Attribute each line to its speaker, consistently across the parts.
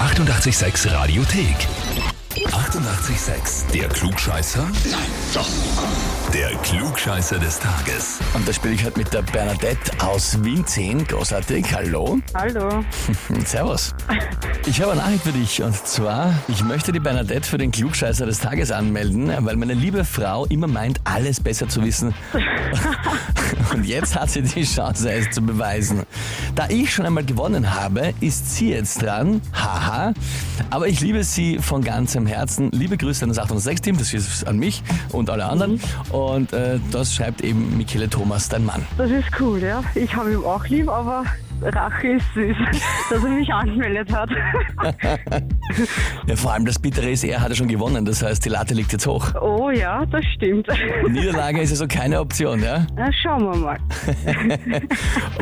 Speaker 1: 886 Radiothek. 88,6. Der Klugscheißer? Nein, doch. Der Klugscheißer des Tages.
Speaker 2: Und da spiele ich halt mit der Bernadette aus Wien 10. Großartig, hallo.
Speaker 3: Hallo.
Speaker 2: Servus. Ich habe eine Nachricht für dich und zwar, ich möchte die Bernadette für den Klugscheißer des Tages anmelden, weil meine liebe Frau immer meint, alles besser zu wissen. Und jetzt hat sie die Chance, es zu beweisen. Da ich schon einmal gewonnen habe, ist sie jetzt dran. Haha. Aber ich liebe sie von ganzem Herzen. Liebe Grüße an das 806-Team, das ist an mich und alle anderen. Und äh, das schreibt eben Michele Thomas, dein Mann.
Speaker 3: Das ist cool, ja. Ich habe ihn auch lieb, aber Rache ist süß, dass er mich angemeldet hat.
Speaker 2: Ja, vor allem das Bittere ist, er hat ja schon gewonnen. Das heißt, die Latte liegt jetzt hoch.
Speaker 3: Oh ja, das stimmt.
Speaker 2: Niederlage ist also keine Option, ja?
Speaker 3: Na, schauen wir mal.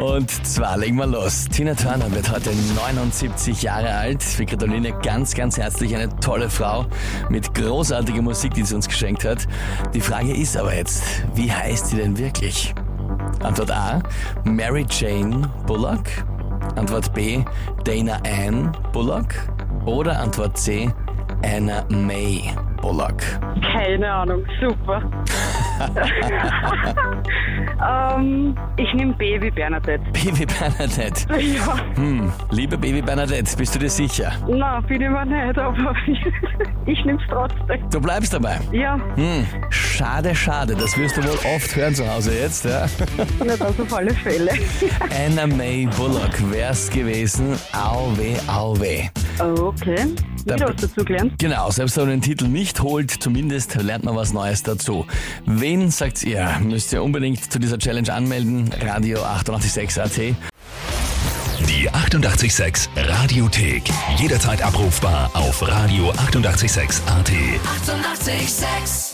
Speaker 2: Und zwar legen wir los. Tina Turner wird heute 79 Jahre alt. Wir gratulieren ihr ganz, ganz herzlich. Eine tolle Frau mit großartiger Musik, die sie uns geschenkt hat. Die Frage ist aber jetzt, wie heißt sie denn wirklich? Antwort A, Mary Jane Bullock. Antwort B, Dana Ann Bullock. Oder Antwort C, Anna May Bullock.
Speaker 3: Keine Ahnung, super. ähm, ich nehme Baby Bernadette.
Speaker 2: Baby Bernadette.
Speaker 3: Ja,
Speaker 2: Hm, liebe Baby Bernadette, bist du dir sicher?
Speaker 3: na, bin ich mir nicht, aber ich nehme es trotzdem.
Speaker 2: Du bleibst dabei.
Speaker 3: Ja,
Speaker 2: Hm, schade, schade. Das wirst du wohl oft hören zu Hause jetzt. Ja?
Speaker 3: na, das auf alle Fälle.
Speaker 2: Anna May Bullock wär's gewesen. Auwe, auwe.
Speaker 3: Okay,
Speaker 2: Dann-
Speaker 3: wieder was dazu gelernt.
Speaker 2: Genau, selbst wenn man den Titel nicht holt, zumindest lernt man was Neues dazu. Wen sagt ihr? Müsst ihr unbedingt zu dieser Challenge anmelden. Radio 886 AT.
Speaker 1: Die 88,6 Radiothek. Jederzeit abrufbar auf radio886.at. 88,6.
Speaker 4: Eighty-eight, sex.